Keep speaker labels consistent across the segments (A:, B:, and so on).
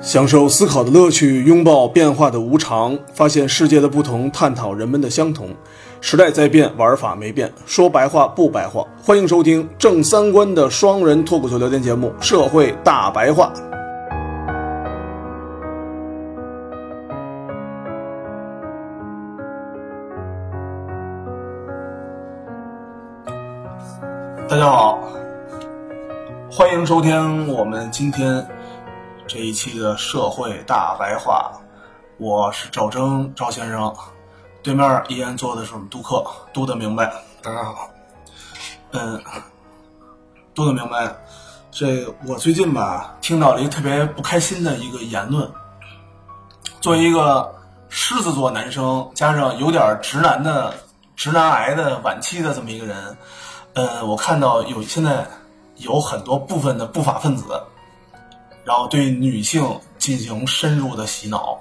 A: 享受思考的乐趣，拥抱变化的无常，发现世界的不同，探讨人们的相同。时代在变，玩法没变，说白话不白话。欢迎收听正三观的双人脱口秀聊天节目《社会大白话》。大家好，欢迎收听我们今天这一期的社会大白话，我是赵征赵先生，对面依然坐的是我们杜克，杜的明白，
B: 大家好，
A: 嗯，杜的明白，这我最近吧听到了一个特别不开心的一个言论，作为一个狮子座男生，加上有点直男的直男癌的晚期的这么一个人，呃，我看到有现在有很多部分的不法分子，然后对女性进行深入的洗脑，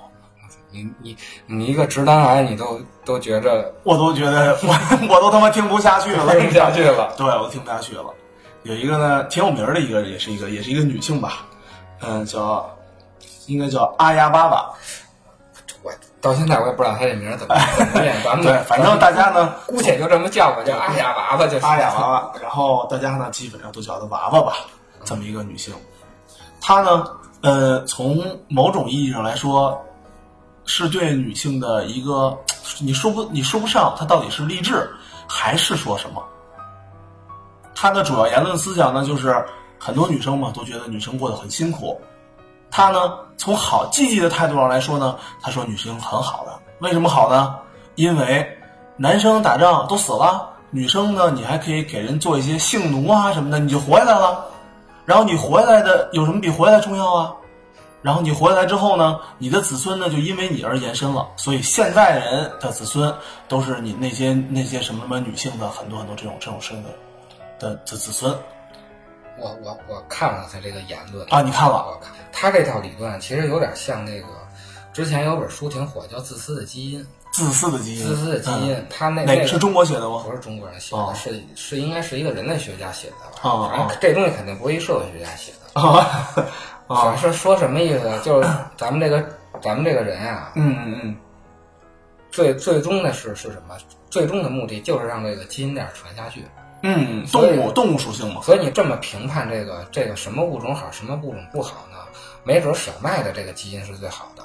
B: 你你你一个直男癌，你都都觉 着
A: 我都觉得我我都他妈听不下去 了，
B: 听不下去 了。
A: 对，我都听不下去了。有一个呢，挺有名儿的一个，也是一个，也是一个女性吧，嗯，叫应该叫阿呀巴吧，
B: 我到现在我也不知道他这名儿怎么怎么 念，咱们
A: 对，反正大家呢，
B: 姑且就这么叫吧，叫阿雅娃娃就行。
A: 阿呀娃娃，然后大家呢基本上都叫她娃娃吧，这么一个女性，她呢，呃，从某种意义上来说，是对女性的一个，你说不你说不上她到底是励志还是说什么。她的主要言论思想呢，就是很多女生嘛都觉得女生过得很辛苦，她呢从好积极的态度上来说呢，她说女生很好的，为什么好呢？因为男生打仗都死了，女生呢，你还可以给人做一些性奴啊什么的，你就活下来了。然后你活下来的有什么比活下来重要啊？然后你活下来之后呢，你的子孙呢就因为你而延伸了，所以现代人的子孙都是你那些那些什么什么女性的很多很多这种这种身份的的子孙
B: 我我我看了他这个言论
A: 啊，你看了？
B: 我看他这套理论其实有点像那个之前有本书挺火叫《自私的基因》，
A: 自私的基因，
B: 自私的基因，
A: 嗯
B: 他那
A: 哪
B: 那
A: 个是中国写的 吗？
B: 不是中国人写的，
A: 哦
B: 是是应该是一个人类学家写的吧？
A: 哦
B: 反正这东西肯定不是一社会学家写的。
A: 啊啊，
B: 是说什么意思呢？就是咱们这个咱们这个人啊，
A: 嗯嗯嗯，
B: 最最终的是是什么？最终的目的就是让这个基因链传下去。
A: 嗯，
B: 所以
A: 动物动物属性嘛，
B: 所以你这么评判这个这个什么物种好，什么物种不好呢？没准小麦的这个基因是最好的，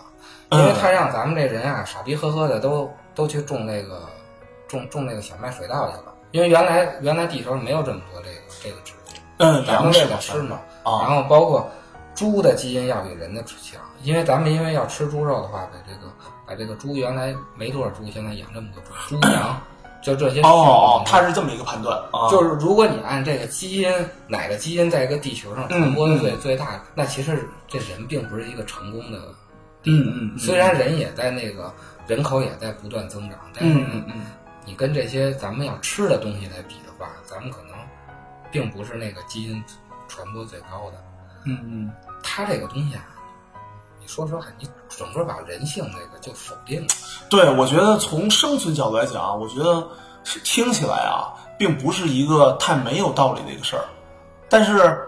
B: 因为它让咱们这人啊傻逼呵呵的都都去种那个种种那个小麦水稻去了，因为原来原来地球没有这么多这个这个植物，
A: 嗯，
B: 咱
A: 粮
B: 们为
A: 食
B: 了
A: 嘛
B: 吃嘛。然
A: 啊，
B: 后包括猪的基因要比人的强，因为咱们因为要吃猪肉的话，把这个把这个猪原来没多少猪，现在养这么多猪， 猪羊，就这些
A: 哦哦，
B: 它
A: 他是这么一个判断啊，
B: 就是如果你按这个基因哪个基因在一个地球上传
A: 嗯
B: 播的最、最大，那其实这人并不是一个成功的，
A: 嗯嗯嗯，
B: 虽然人也在那个人口也在不断增长，但是
A: 嗯嗯嗯。
B: 你跟这些咱们要吃的东西来比的话，咱们可能并不是那个基因传播最高的。
A: 嗯，嗯，
B: 他这个东西啊，你说实话，你整个把人性这个就否定了。
A: 对，我觉得从生存角度来讲，我觉得是听起来啊，并不是一个太没有道理的一个事儿。但是，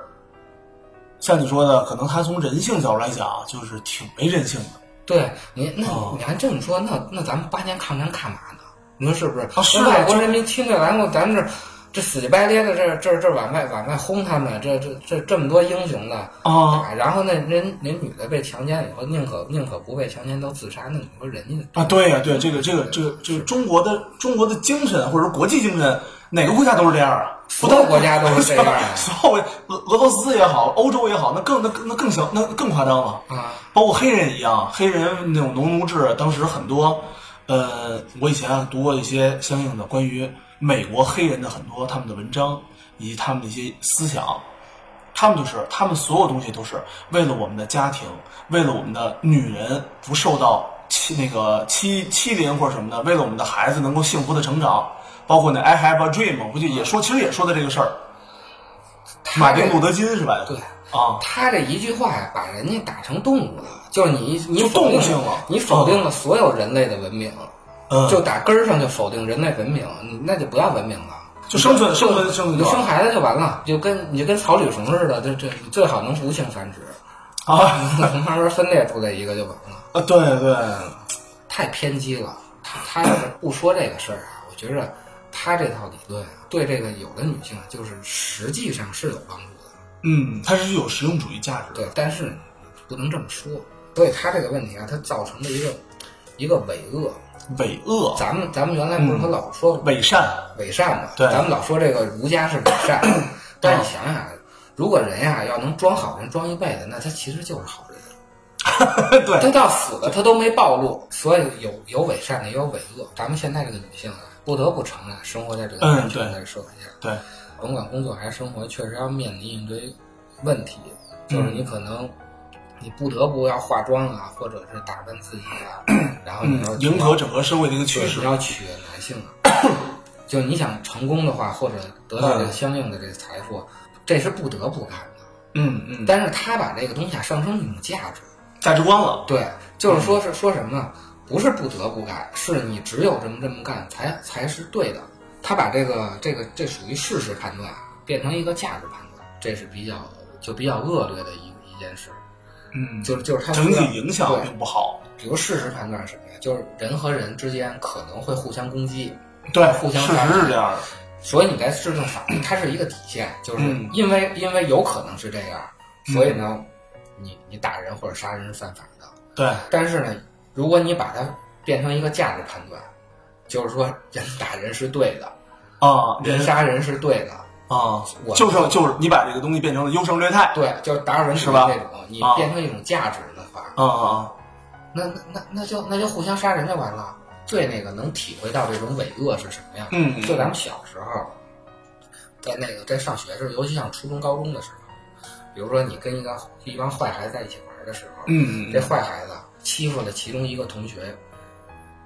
A: 像你说的，可能他从人性角度来讲，就是挺没人性的。
B: 对你，那
A: 哦
B: 你还这么说，那那咱们八年抗战干嘛呢？你说是不是？
A: 啊是啊
B: 那外国
A: 就
B: 人民侵略咱们，咱们这这死乞白咧的，这这这往外往外轰他们，这这这这么多英雄的
A: 啊
B: 然后那人那女的被强奸以后，宁可宁可不被强奸都自杀，那你说人家
A: 啊，对呀、对，这个这个这个这个中国的中国的精神或者国际精神，哪个国家都是这样啊？不
B: 所有国家都是这样啊
A: 所有俄俄罗斯也好，欧洲也好，那更那更那更小，那更夸张了。
B: 啊，
A: 包括黑人一样，黑人那种农奴制，当时很多，呃，我以前啊读过一些相应的关于美国黑人的很多他们的文章以及他们的一些思想，他们就是他们所有东西都是为了我们的家庭，为了我们的女人不受到欺那个欺欺凌或者什么的，为了我们的孩子能够幸福的成长，包括那 I have a dream，不就也说其实也说的这个事儿，马丁路德金是吧？
B: 对。
A: 啊，
B: 他这一句话呀，把人家打成动物了，就是你你
A: 就
B: 否定
A: 动物性了
B: 你否定了所有人类的文明，
A: 嗯，
B: 就打根儿上就否定人类文明，你那就不要文明了。
A: 就生存生
B: 就
A: 存生存
B: 你
A: 就
B: 就
A: 好
B: 生孩子就完了，就跟你就跟草履虫似的，这这最好能无性繁殖。
A: 啊
B: 从旁边分裂出来一个就完了，
A: 啊，对对，
B: 太偏激了。他他要是不说这个事儿啊，我觉着他这套理论啊，对这个有的女性啊，就是实际上是有帮助的。
A: 嗯，它是具有实用主义价值的。
B: 对，但是不能这么说。所以他这个问题啊，他造成了一个一个伪恶。
A: 伪恶、
B: 咱们咱们原来不是他老说
A: 哦嗯伪善，
B: 伪善嘛？
A: 对嗯
B: 咱们老说这个儒家是伪善，但是你想想，如果人呀、要能装好人装一辈子，那他其实就是好人。
A: 对
B: 他到死了，他都没暴露，所以有有伪善的，也有伪恶。咱们现在这个女性啊，不得不承认，生活在这个
A: 嗯
B: 男权
A: 对
B: 的社会下，
A: 对，
B: 甭管工作还是生活，确实要面临一堆问题，就是
A: 嗯
B: 你可能你不得不要化妆啊，或者是打扮自己啊，然后你要
A: 嗯，迎合整个社会的一个趋
B: 对，
A: 势
B: 你。要取悦男性 啊。就你想成功的话，或者得到这个相应的这个财富，这是不得不干的。
A: 嗯嗯，
B: 但是他把这个东西啊上升一种价值，
A: 价值观了。
B: 对，就是说是说什么呢？不是不得不干，是你只有这么这么干才才是对的。他把这个这个这属于事实判断，变成一个价值判断，这是比较就比较恶劣的一一件事。
A: 嗯，
B: 就是就是他
A: 整
B: 说的
A: 体影响
B: 对
A: 并不好。
B: 比如事实判断是什么呀？就是人和人之间可能会互相攻击，
A: 对，
B: 互相
A: 事
B: 伤害
A: 实是这样的。
B: 所以你在制定法律，它是一个底线，就是
A: 嗯
B: 因为、因为有可能是这样，所以呢，你你打人或者杀人是犯法的。
A: 对，
B: 但是呢，如果你把它变成一个价值判断，就是说人打人是对的，
A: 啊，
B: 人杀人是对的，
A: 啊
B: 我，
A: 就是就是你把这个东西变成了优胜劣汰。
B: 对，就是达尔文主
A: 是
B: 义
A: 吧
B: 那种，你
A: 啊
B: 变成一种价值的话，
A: 啊啊
B: 那那那那就那就互相杀人就完了。最那个能体会到这种伪恶是什么呀？
A: 嗯
B: 就咱们小时候，在那个在上学的时候，尤其上初中、高中的时候，比如说你跟一个一帮坏孩子在一起玩的时候，
A: 嗯
B: 这坏孩子欺负了其中一个同学，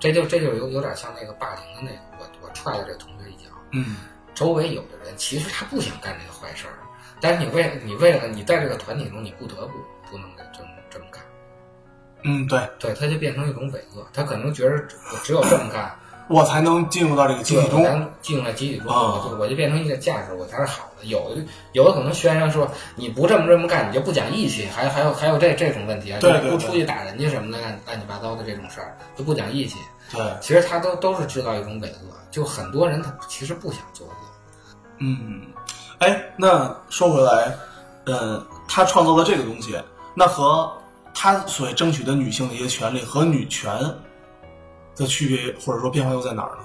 B: 这就这就有有点像那个霸凌的那个，我我踹了这同学一脚。
A: 嗯
B: 周围有的人其实他不想干这个坏事儿，但是你为你为了你在这个团体中，你不得不不能这么这么干。
A: 嗯，对
B: 对，他就变成一种伪恶，他可能觉得我只有这么干，
A: 我才能进入到这个集体中
B: 对我。才进入了集体中，
A: 啊
B: 我就我就变成一个价值，我才是好的。有的有的可能宣扬说你不这么这么干，你就不讲义气，还还有还有这这种问题啊，
A: 对
B: 就是
A: 对
B: 不
A: 对
B: 出去打人家什么的，乱乱七八糟的这种事儿就不讲义气。
A: 对，
B: 其实他都都是制造一种伪恶，就很多人他其实不想做恶，
A: 嗯，哎，那说回来，嗯，他创造的这个东西，那和他所争取的女性的一些权利和女权的区别，或者说变化又在哪儿呢？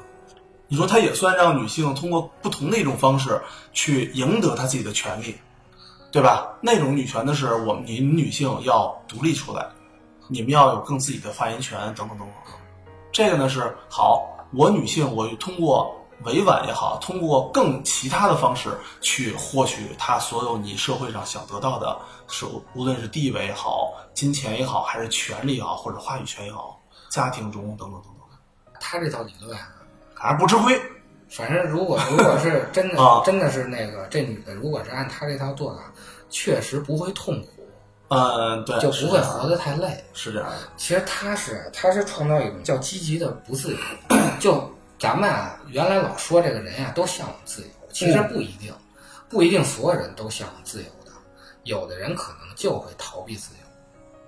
A: 你说他也算让女性通过不同的一种方式去赢得她自己的权利，对吧？那种女权的是我们你们女性要独立出来，你们要有更自己的发言权，等等等等。这个呢是好，我女性我通过委婉也好，通过更其他的方式去获取她所有你社会上想得到的，是无论是地位也好、金钱也好，还是权利也好，或者话语权也好，家庭中等等等等，
B: 他这套理论啊。
A: 反正不吃亏。
B: 反正如果如果是真 的、
A: 啊
B: 真的是那个这女的，如果是按他这套做法，确实不会痛苦，
A: 嗯，对，
B: 就是不
A: 这
B: 会
A: 样
B: 活得太累。
A: 是这样的，
B: 其实他是他是创造一种叫积极的不自由，就咱们啊原来老说这个人呀、啊都向往自由，其实
A: 嗯
B: 不一定，不一定所有人都向往自由的，有的人可能就会逃避自由。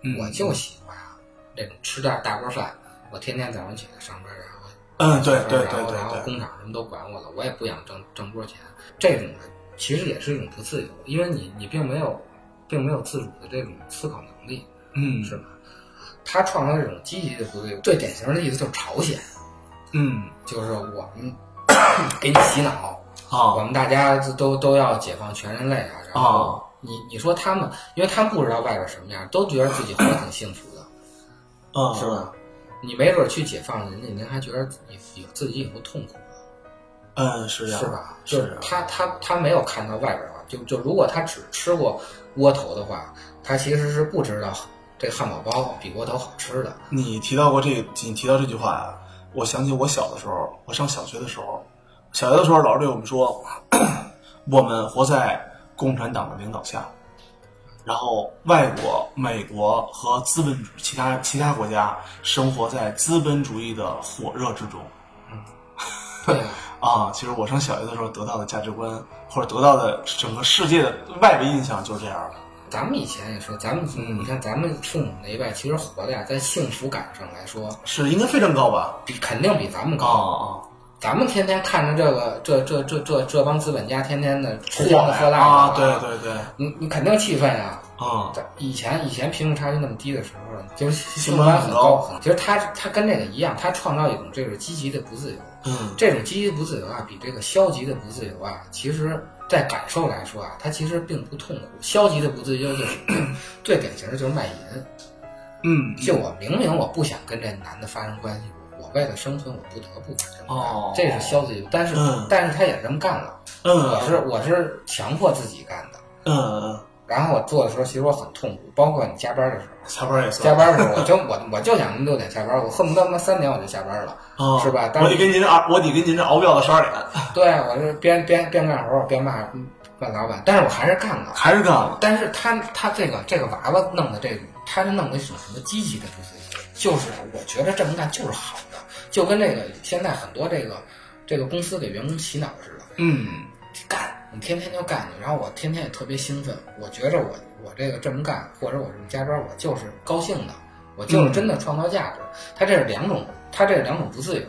A: 嗯
B: 我就喜欢啊这种吃大大锅饭，我天天早上起来上班，然后
A: 嗯，对对对
B: 然后然后
A: 对对，
B: 工厂什么都管我了，我也不想挣挣多少钱。这种的其实也是一种不自由，因为你你并没有并没有自主的这种思考能力。
A: 嗯
B: 是吧？他创造这种积极的不对，最典型的例子就是朝鲜，
A: 嗯
B: 就是我们 给你洗脑，我
A: 啊
B: 们大家都都要解放全人类啊。
A: 哦
B: 然后你你说他们，因为他们不知道外边什么样，都觉得自己活得挺幸福的，
A: 嗯
B: 是吧？你没准去解放人家，人家还觉得你有自己以后痛苦了，
A: 嗯是这样
B: 是
A: 的
B: 吧？
A: 是啊
B: 就
A: 这
B: 是
A: 样
B: 他他他没有看到外边啊，就就如果他只吃过窝头的话，他其实是不知道这汉堡包比窝头好 吃的。
A: 你提到过这，你提到这句话啊，我想起我小的时候，我上小学的时候，小学的时候老师对我们说， 我们活在共产党的领导下，然后外国、美国和资本主其他其他国家生活在资本主义的火热之中
B: 对啊。
A: 啊。其实我上小学的时候得到的价值观，或者得到的整个世界的外围印象就是这样的。
B: 咱们以前也说，咱们
A: 嗯
B: 你看咱们父母那一代，其实活的呀，在幸福感上来说，
A: 是应该非常高吧？
B: 比肯定比咱们
A: 哦
B: 高。
A: 哦，
B: 咱们天天看着这个这这这这这帮资本家天天的吃香
A: 火
B: 的喝辣的
A: 啊！对，对对，
B: 你你肯定气愤呀、
A: 嗯，
B: 在以前以前贫富差距那么低的时候，就是幸
A: 幸
B: 福
A: 福
B: 感
A: 感
B: 很
A: 很
B: 高。
A: 高
B: 很其实他他跟这个一样，他创造一种这个积极的不自由。
A: 嗯，
B: 这种积极不自由啊，比这个消极的不自由啊，其实在感受来说啊，它其实并不痛苦。消极的不自由就是 最典型的就是卖淫，
A: 嗯，
B: 就我明明我不想跟这男的发生关系，我我为了生存我不得不发生关系
A: 哦
B: 这是消极的，但是、
A: 嗯
B: 但是他也这么干了，我
A: 嗯
B: 是我是强迫自己干的。
A: 嗯嗯，
B: 然后我做的时候，其实我很痛苦，包括你加班的时候。
A: 下班也算
B: 加，班的时候，我就我我就想六点下班，我恨不得他妈三点我就下班了。
A: 嗯
B: 是吧但是
A: 我得跟您这熬，我得跟您这熬不到十二点，
B: 对，啊我是边边边干活边骂嗯骂老板，但是我还是干了。
A: 还是干了。
B: 但是他他这个这个娃娃弄的这种，他是弄的一种什么积极的不自由，就是我觉得这么干就是好的，就跟这个现在很多这个这个公司给员工洗脑似的，
A: 嗯
B: 干，你天天就干你，然后我天天也特别兴奋，我觉着我我这个这么干，或者我这么加班，我就是高兴的，我就是真的创造价值。它这是两种，它这是两种不自由。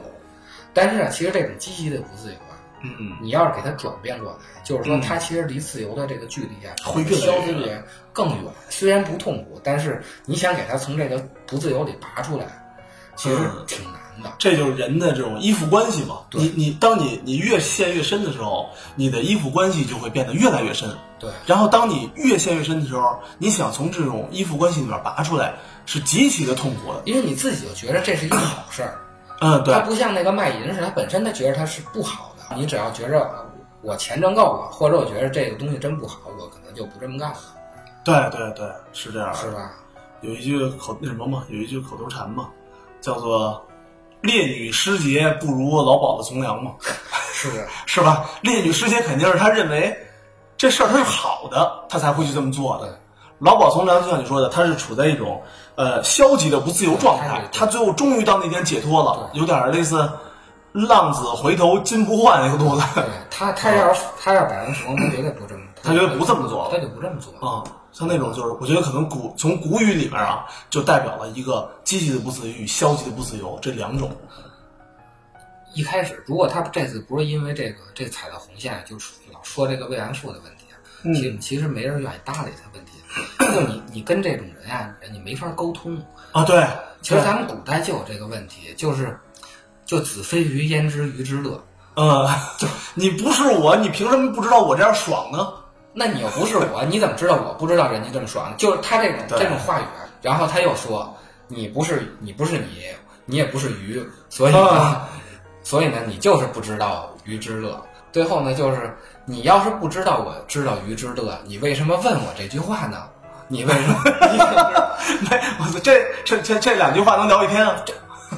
B: 但是啊，其实这种积极的不自由啊，
A: 嗯，
B: 你要是给它转变过来，就是说
A: 嗯
B: 它其实离自由的这个距离啊，
A: 会
B: 比
A: 越
B: 消
A: 来
B: 极
A: 越远
B: 的更远。虽然不痛苦，但是你想给它从这个不自由里拔出来，其实
A: 嗯
B: 挺难的。
A: 这就是人的这种依附关系嘛。
B: 对
A: 你你，当你你越陷越深的时候，你的依附关系就会变得越来越深。
B: 对，
A: 然后当你越陷越深的时候，你想从这种依附关系里面拔出来，是极其的痛苦的。
B: 因为你自己就觉得这是一个好事儿。
A: 嗯，对
B: 它，不像那个卖淫似的，它本身它觉得它是不好的。你只要觉着呃我钱挣够了，或者我觉得这个东西真不好，我可能就不这么干了，
A: 对对对，是这样的。
B: 是吧？
A: 有一句口那什么嘛，有一句口头禅嘛，叫做“烈女失节不如老鸨子从良”嘛，
B: 是的，
A: 是吧？烈女失节肯定是他认为这事儿他是好的，他才会去这么做
B: 对
A: 的。老鸨从良就像你说的，他是处在一种呃消极的不自由状态
B: 对，
A: 他最后终于到那天解脱了，有点类似浪子回头金不换那个 路子。
B: 对他他要是他要摆上时光，他绝对不这么，
A: 他绝对不这么做
B: 他就不这么做。
A: 啊、像那种就是，我觉得可能古从古语里面啊，就代表了一个积极的不自由与消极的不自由这两种。
B: 一开始，如果他这次不是因为这个这踩到红线，就是老说这个慰安妇的问题啊，其实其实没人愿意搭理他问题。就你你跟这种人啊，你没法沟通。
A: 啊，对，
B: 其实咱们古代就有这个问题，就是就子非鱼焉知鱼之乐。
A: 呃， 就你不是我，你凭什么不知道我这样爽呢？
B: 那你又不是我，你怎么知道我不知道人家这么爽？就是他这种
A: 对
B: 这种话语，然后他又说你不是你不是你，你也不是鱼，所以呢，
A: 啊
B: 所以呢，你就是不知道鱼之乐。最后呢，就是你要是不知道我知道鱼之乐，你为什么问我这句话呢？你为什么？ 你
A: 没，哎我操，这这这这两句话能聊一天啊！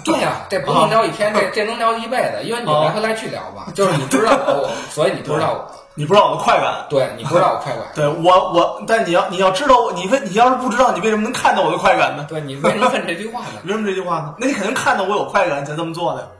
B: 对呀、这不
A: 啊
B: 能聊一天，这这能聊一辈子，因为你来回来去聊嘛。就是你知道我，我所以你不知道我，
A: 你不知道我的快感，
B: 对你不知道我快感，
A: 对我我，但你要你要知道我，你为你要是不知道，你为什么能看到我的快感呢？
B: 对你为什么问这句话呢？
A: 为什么这句话呢？那你肯定看到我有快感才这么做的。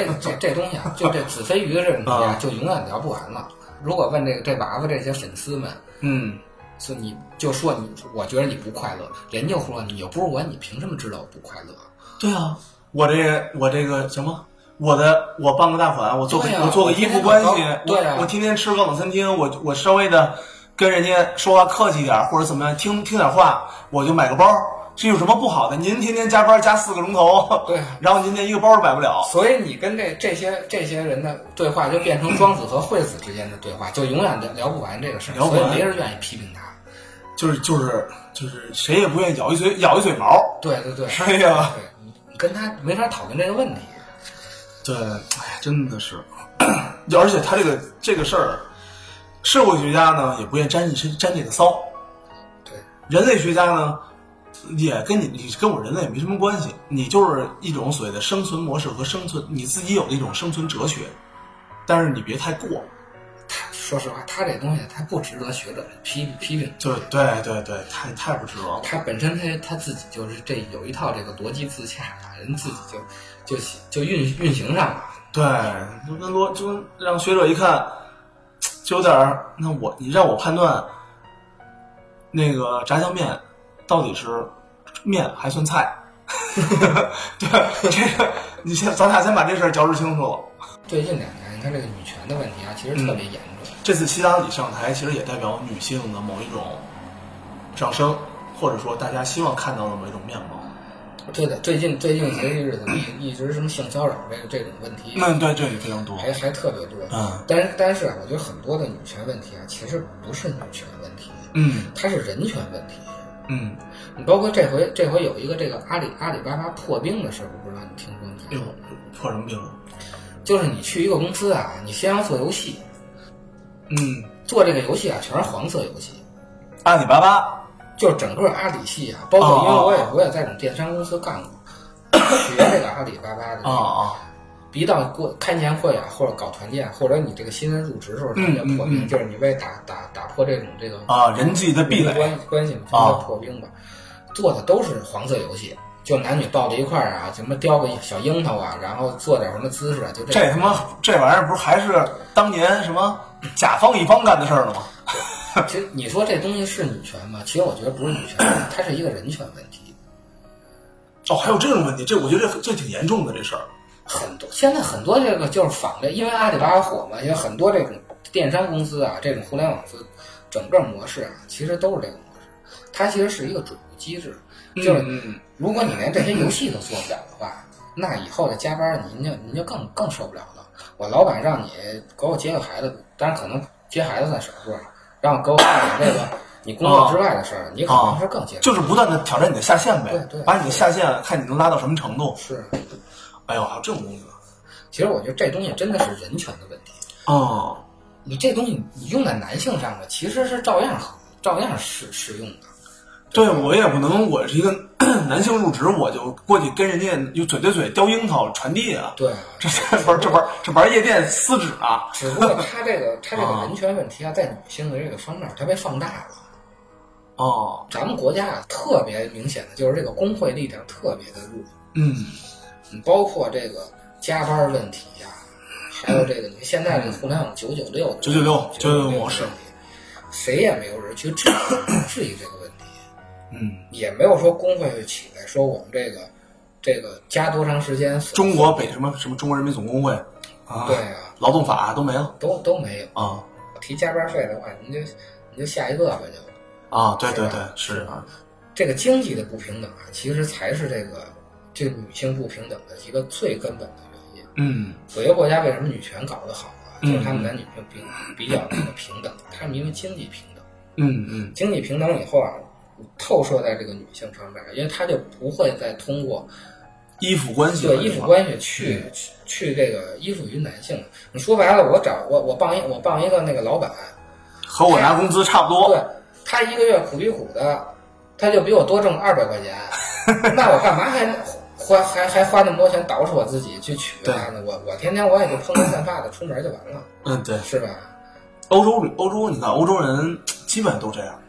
B: 以这这东西啊，就这子非鱼的这种东西啊
A: 啊，
B: 就永远聊不完了。如果问这个这娃娃这些粉丝们，
A: 嗯，
B: 说你就说你，我觉得你不快乐，人就说你又不是我，你凭什么知道我不快乐？
A: 对啊，我这个我这个什么，我的我傍个大款，我做个、
B: 对啊
A: 我做个依附关系
B: 我天天，搞对啊
A: 我我天天吃高档餐厅，我我稍微的跟人家说话客气一点儿，或者怎么样，听听点话，我就买个包，这有什么不好的？您天天加班加四个钟头，
B: 对啊
A: 然后您连一个包都买不了，
B: 所以你跟这这些这些人的对话，就变成庄子和惠子之间的对话，就永远聊聊不完这个事儿。
A: 聊不
B: 所
A: 完
B: 以没人愿意批评他。
A: 就是就是就是谁也不愿意咬一嘴咬一嘴毛，
B: 对对对，
A: 是哎呀、
B: 对你你跟他没法讨论这个问题。
A: 对，哎，真的 是，而且他这个这个事儿，啊社会学家呢也不愿意沾这沾这个骚，
B: 对，
A: 人类学家呢，也跟你你跟我人类也没什么关系，你就是一种所谓的生存模式和生存你自己有的一种生存哲学，但是你别太过。
B: 他说实话，他这东西他不值得学者批批评。
A: 对对对对，太太不值了。
B: 他本身他他自己就是这有一套这个逻辑自洽，啊人自己就就就运运行上了。
A: 对，就跟罗就跟让学者一看，就有点儿，那我你让我判断那个炸酱面到底是面还算 菜？对，这个你先，咱俩先把这事儿嚼治清楚了。
B: 最近两年，你看这个女权的问题啊，其实特别严重。
A: 这次齐达里上台，其实也代表女性的某一种上升，或者说大家希望看到的某一种面貌。嗯
B: 对的，最近最近些日子一一直什么性骚扰这个这种问题，
A: 嗯，对，这也非常多。
B: 还还特别多。
A: 嗯
B: 但是但是啊，我觉得很多的女权问题啊，其实不是女权问题，
A: 嗯
B: 它是人权问题。
A: 嗯，
B: 你包括这回这回有一个这个阿里阿里巴巴破冰的事儿，我不知道你听说没
A: 哟
B: 有？，
A: 哎破什么病了？
B: 就是你去一个公司啊，你先要做游戏，
A: 嗯，
B: 做这个游戏啊，全是黄色游戏，
A: 阿里巴巴，
B: 就是整个阿里系啊，包括
A: 哦
B: 因为我也我也在这种电商公司干过， 学这个阿里巴巴的
A: 啊啊，
B: 一到过开年会啊，或者搞团建，或者你这个新人入职的时候，团建破
A: 嗯嗯
B: 冰，
A: 嗯
B: 就是你为打打打破这种这个
A: 啊人际的壁垒哦
B: 关关系嘛，就叫破冰吧。做的都是黄色游戏，就男女抱在一块儿啊，什么叼个小樱桃啊，然后做点什么姿势啊，就
A: 这他妈这玩意儿不是还是当年什么甲方乙方干的事儿了吗？
B: 其实你说这东西是女权吗？其实我觉得不是女权，它是一个人权问题。
A: 哦，还有这种问题，这我觉得这这挺严重的这事儿。
B: 很多现在很多这个就是仿的，因为阿里巴巴火嘛，因为很多这种电商公司啊，这种互联网公司整个模式啊，其实都是这个模式。它其实是一个准入机制，就是
A: 嗯
B: 如果你连这些游戏都做不了的话，那以后的加班儿您就您就更更受不了了。我老板让你给我接个孩子，当然可能接孩子算少数啊，让我给我干点这个你工作之外的事儿，你可能是更接
A: 嗯
B: 受。
A: 哦就是不断的挑战你的下限呗，
B: 对对
A: 把你的下限看你能拉到什么程度。
B: 是，
A: 哎呦，还有这种东西呢。
B: 其实我觉得这东西真的是人权的问题。
A: 哦，
B: 你这东西你用在男性上面，其实是照样照样使使用的。
A: 对我也不能，我是一个 男性入职，我就过去跟人家就嘴对嘴叼樱桃传递啊。
B: 对啊，
A: 这这玩这玩这玩夜店撕纸啊！
B: 只不过他这个他这个人权问题啊，在女性的这个方面，它被放大了。
A: 哦，
B: 咱们国家啊，特别明显的就是这个工会力量特别的弱，
A: 嗯
B: 你包括这个加班问题呀、还有这个你现在这个互联网九九六
A: 996 996
B: 996
A: 模式，
B: 谁也没有人去质疑 质疑这个问题。
A: 嗯，
B: 也没有说工会会起来说我们这个这个加多长时间，
A: 中国北什么什么中国人民总工会啊，
B: 对，啊，
A: 劳动法都没了
B: 都都没有
A: 啊
B: 提加班费的话，您就您就下一个吧就。
A: 啊！对对
B: 是
A: 对
B: 吧，
A: 是啊，
B: 这个经济的不平等啊，其实才是这个这个女性不平等的一个最根本的原因。
A: 嗯
B: 有些国家为什么女权搞得好啊？
A: 嗯
B: 就是他们男女平比较那个平等，他们因为经济平等，
A: 嗯嗯
B: 经济平等以后啊，透射在这个女性上面，因为她就不会再通过
A: 依附关系
B: 对依附关系去、去去这个依附于男性。你说白了，我找我我傍一我傍一个那个老板，
A: 和我拿工资差不多
B: 对他一个月苦逼苦的，他就比我多挣二百块 钱，那我干嘛还花还还花那么多钱捯饬我自己去娶个
A: 对
B: 他呢？我我天天我也就蓬头散发的出门就完了，
A: 嗯对，
B: 是吧？
A: 欧洲旅欧洲，你看欧洲人基本都这样，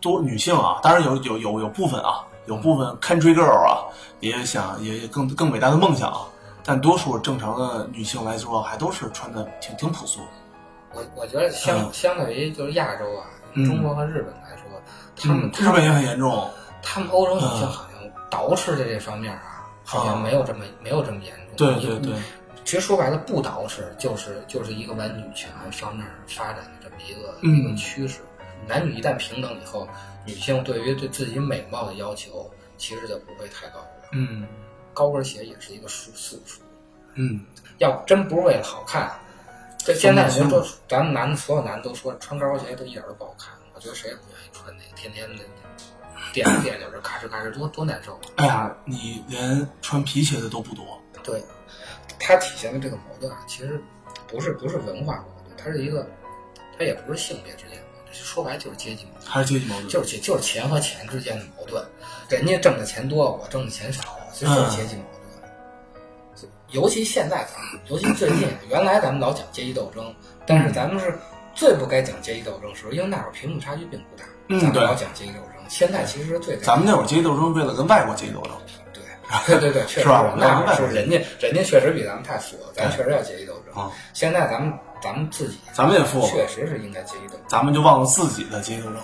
A: 都女性啊，当然有有有有部分啊，有部分 country girl 啊，也想也也更更伟大的梦想啊，但多数正常的女性来说，还都是穿的挺挺朴素的。
B: 我我觉得相、
A: 嗯
B: 相对于就是亚洲啊，
A: 嗯
B: 中国和日本来说，他们、
A: 日
B: 他
A: 本也
B: 们
A: 很严嗯重，
B: 他们欧洲女性好像捯饬的这方面啊，好像没有这么、没有这么严重。
A: 对
B: 你
A: 对对，
B: 其实说白了，不捯饬就是就是一个往女权方面发展的这么一个、
A: 嗯
B: 一个趋势。男女一旦平等以后，女性对于对自己美貌的要求其实就不会太高了。
A: 嗯
B: 高跟鞋也是一个束束缚，
A: 嗯，
B: 要真不是为了好看，这现在
A: 松
B: 您
A: 不松
B: 说咱们男的所有男的都说穿高跟鞋都一点都不好看，我觉得谁也不愿意穿那个，天天的垫着垫着这咔哧咔哧多多难受啊。
A: 哎呀，你连穿皮鞋的都不多，
B: 对，它体现的这个矛盾啊，其实不是不是文化矛盾，它是一个，它也不是性别之间的矛盾，说白了就是阶级矛
A: 还是阶级矛
B: 盾，
A: 盾。
B: 就是阶就是钱和钱之间的矛盾，人家挣的钱多，我挣的钱少，其实就是阶级矛
A: 嗯
B: 盾。尤其现在咱们，尤其最近，原来咱们老讲阶级斗争，但是咱们是最不该讲阶级斗争的时候，因为那会儿贫富差距并不大，
A: 嗯
B: 咱
A: 对
B: 们老讲阶级斗争，现在其实是最该
A: 咱们那会儿阶级斗争为了跟外国阶级斗争，
B: 对啊对对对，确实
A: 是吧
B: 那会儿是人家人家确实比咱们太富了，咱确实要阶级斗争
A: 啊。
B: 现在咱们咱们自己，
A: 咱们也富
B: 确实是应该阶级斗争。
A: 咱们就忘了自己的阶级斗争。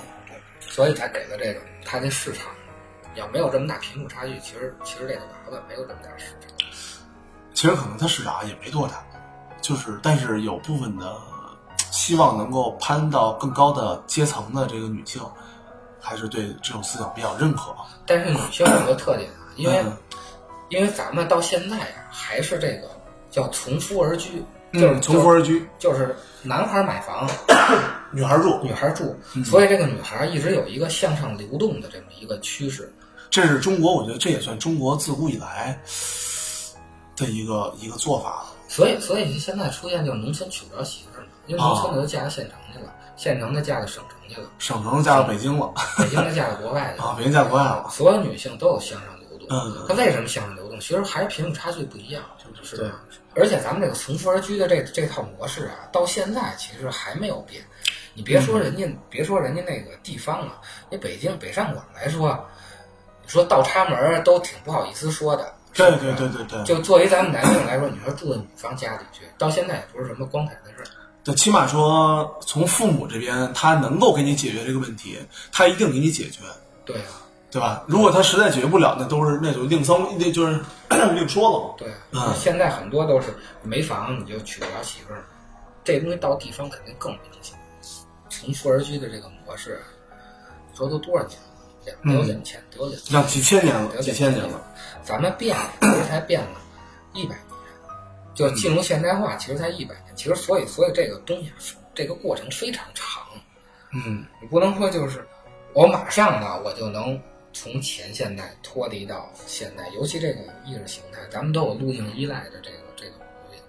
B: 所以才给了这个它这市场。要没有这么大贫富差距，其实其实这个娃娃没有这么大市场。
A: 其实可能它市场也没多大，就是但是有部分的希望能够攀到更高的阶层的这个女性，还是对这种思想比较认可。
B: 但是女性有个特点啊，因为、
A: 嗯
B: 因为咱们到现在啊，还是这个叫从夫而居，就是
A: 嗯从夫而居，
B: 就是男孩买房，
A: 女孩住，
B: 女孩住，
A: 嗯
B: 所以这个女孩一直有一个向上流动的这么一个趋势。
A: 这是中国，我觉得这也算中国自古以来的一个一个做法。
B: 所以，所以现在出现就是农村娶不着媳妇儿嘛，因为农村
A: 哦
B: 的都嫁到县城去了，县城的嫁到省城去了，
A: 省城嫁到北京了，
B: 北京的嫁到国外去了，
A: 啊，北京嫁国外了，
B: 所有女性都有向上流动。
A: 嗯
B: 那为什么向上流动？其实还是贫富差距不一样，就是这
A: 对
B: 样。而且咱们这个从富而居的这这套模式啊，到现在其实还没有变。你别
A: 嗯
B: 说人家，别说人家那个地方了、你北京北上广来说，你说倒插门儿都挺不好意思说的。
A: 对
B: 是不
A: 对
B: 是
A: 对对对，
B: 就作为咱们男性来说，你说住到女方家里去，到现在也不是什么光彩的事儿。
A: 对，起码说从父母这边，他能够给你解决这个问题，他一定给你解决，
B: 对啊，
A: 对吧？如果他实在解决不了，那都是那就另僧，那就是 另说了嘛。
B: 对啊。
A: 嗯
B: 现在很多都是没房你就娶不着媳妇儿，这东西到地方肯定更明显。从富而居的这个模式，你说都多少年了？两
A: 嗯
B: 得有两千，得有两
A: 像几千年
B: 得
A: 了，
B: 有
A: 几
B: 两
A: 千
B: 千
A: 年了，，
B: 咱们变了，其实才变了一百年，就进入现代化，其实才一百年。其实所以所以这个东西啊，这个过程非常长。
A: 嗯，
B: 你不能说就是我马上呢，我就能从前现代脱离到现代，尤其这个意识形态，咱们都有路径依赖的这个这个东西，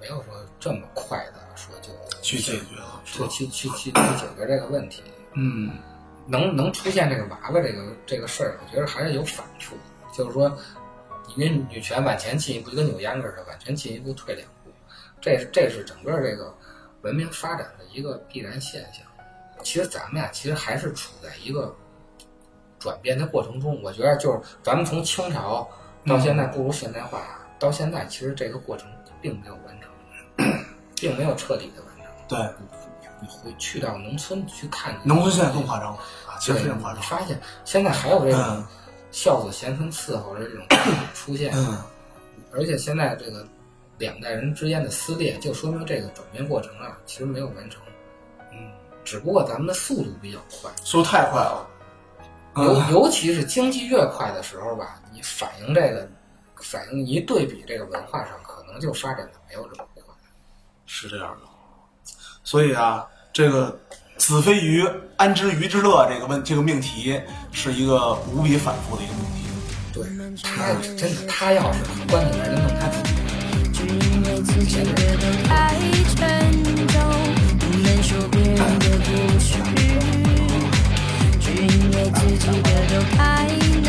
B: 没有说这么快的说就
A: 去解决了，是
B: 就
A: 吧？
B: 去去去去解决这个问题，
A: 嗯，
B: 能能出现这个娃娃这个这个事儿，我觉得还是有反复，就是说你跟女权往前进一步，就跟扭秧歌似的，往前进一步退两步，这是这是整个这个文明发展的一个必然现象。其实咱们呀、其实还是处在一个转变的过程中。我觉得就是咱们从清朝到现
A: 嗯
B: 在步入现代化啊，到现在其实这个过程并没有完成， 并没有彻底的完成。
A: 对，
B: 你回去到农村去看，
A: 农村现在更夸张了啊，其实非常夸张
B: 你。发现现在还有这种
A: 嗯
B: 孝子贤孙伺候的 这种出现，
A: 嗯，
B: 而且现在这个两代人之间的撕裂，就说明这个转变过程啊，其实没有完成。
A: 嗯，
B: 只不过咱们的速度比较快，
A: 速度太快了，
B: 尤
A: 嗯，
B: 尤其是经济越快的时候吧，你反映这个，反映一对比这个文化上，可能就发展的没有这么快。
A: 是这样的。所以啊，这个“子非鱼，安知鱼之乐”这个问这个命题是一个无比反复的一个命题。
B: 对他真的，他要是很关键的人弄他自己，
C: 只因为自己觉得太沉重，不能说别人的故事。只因为自己觉得太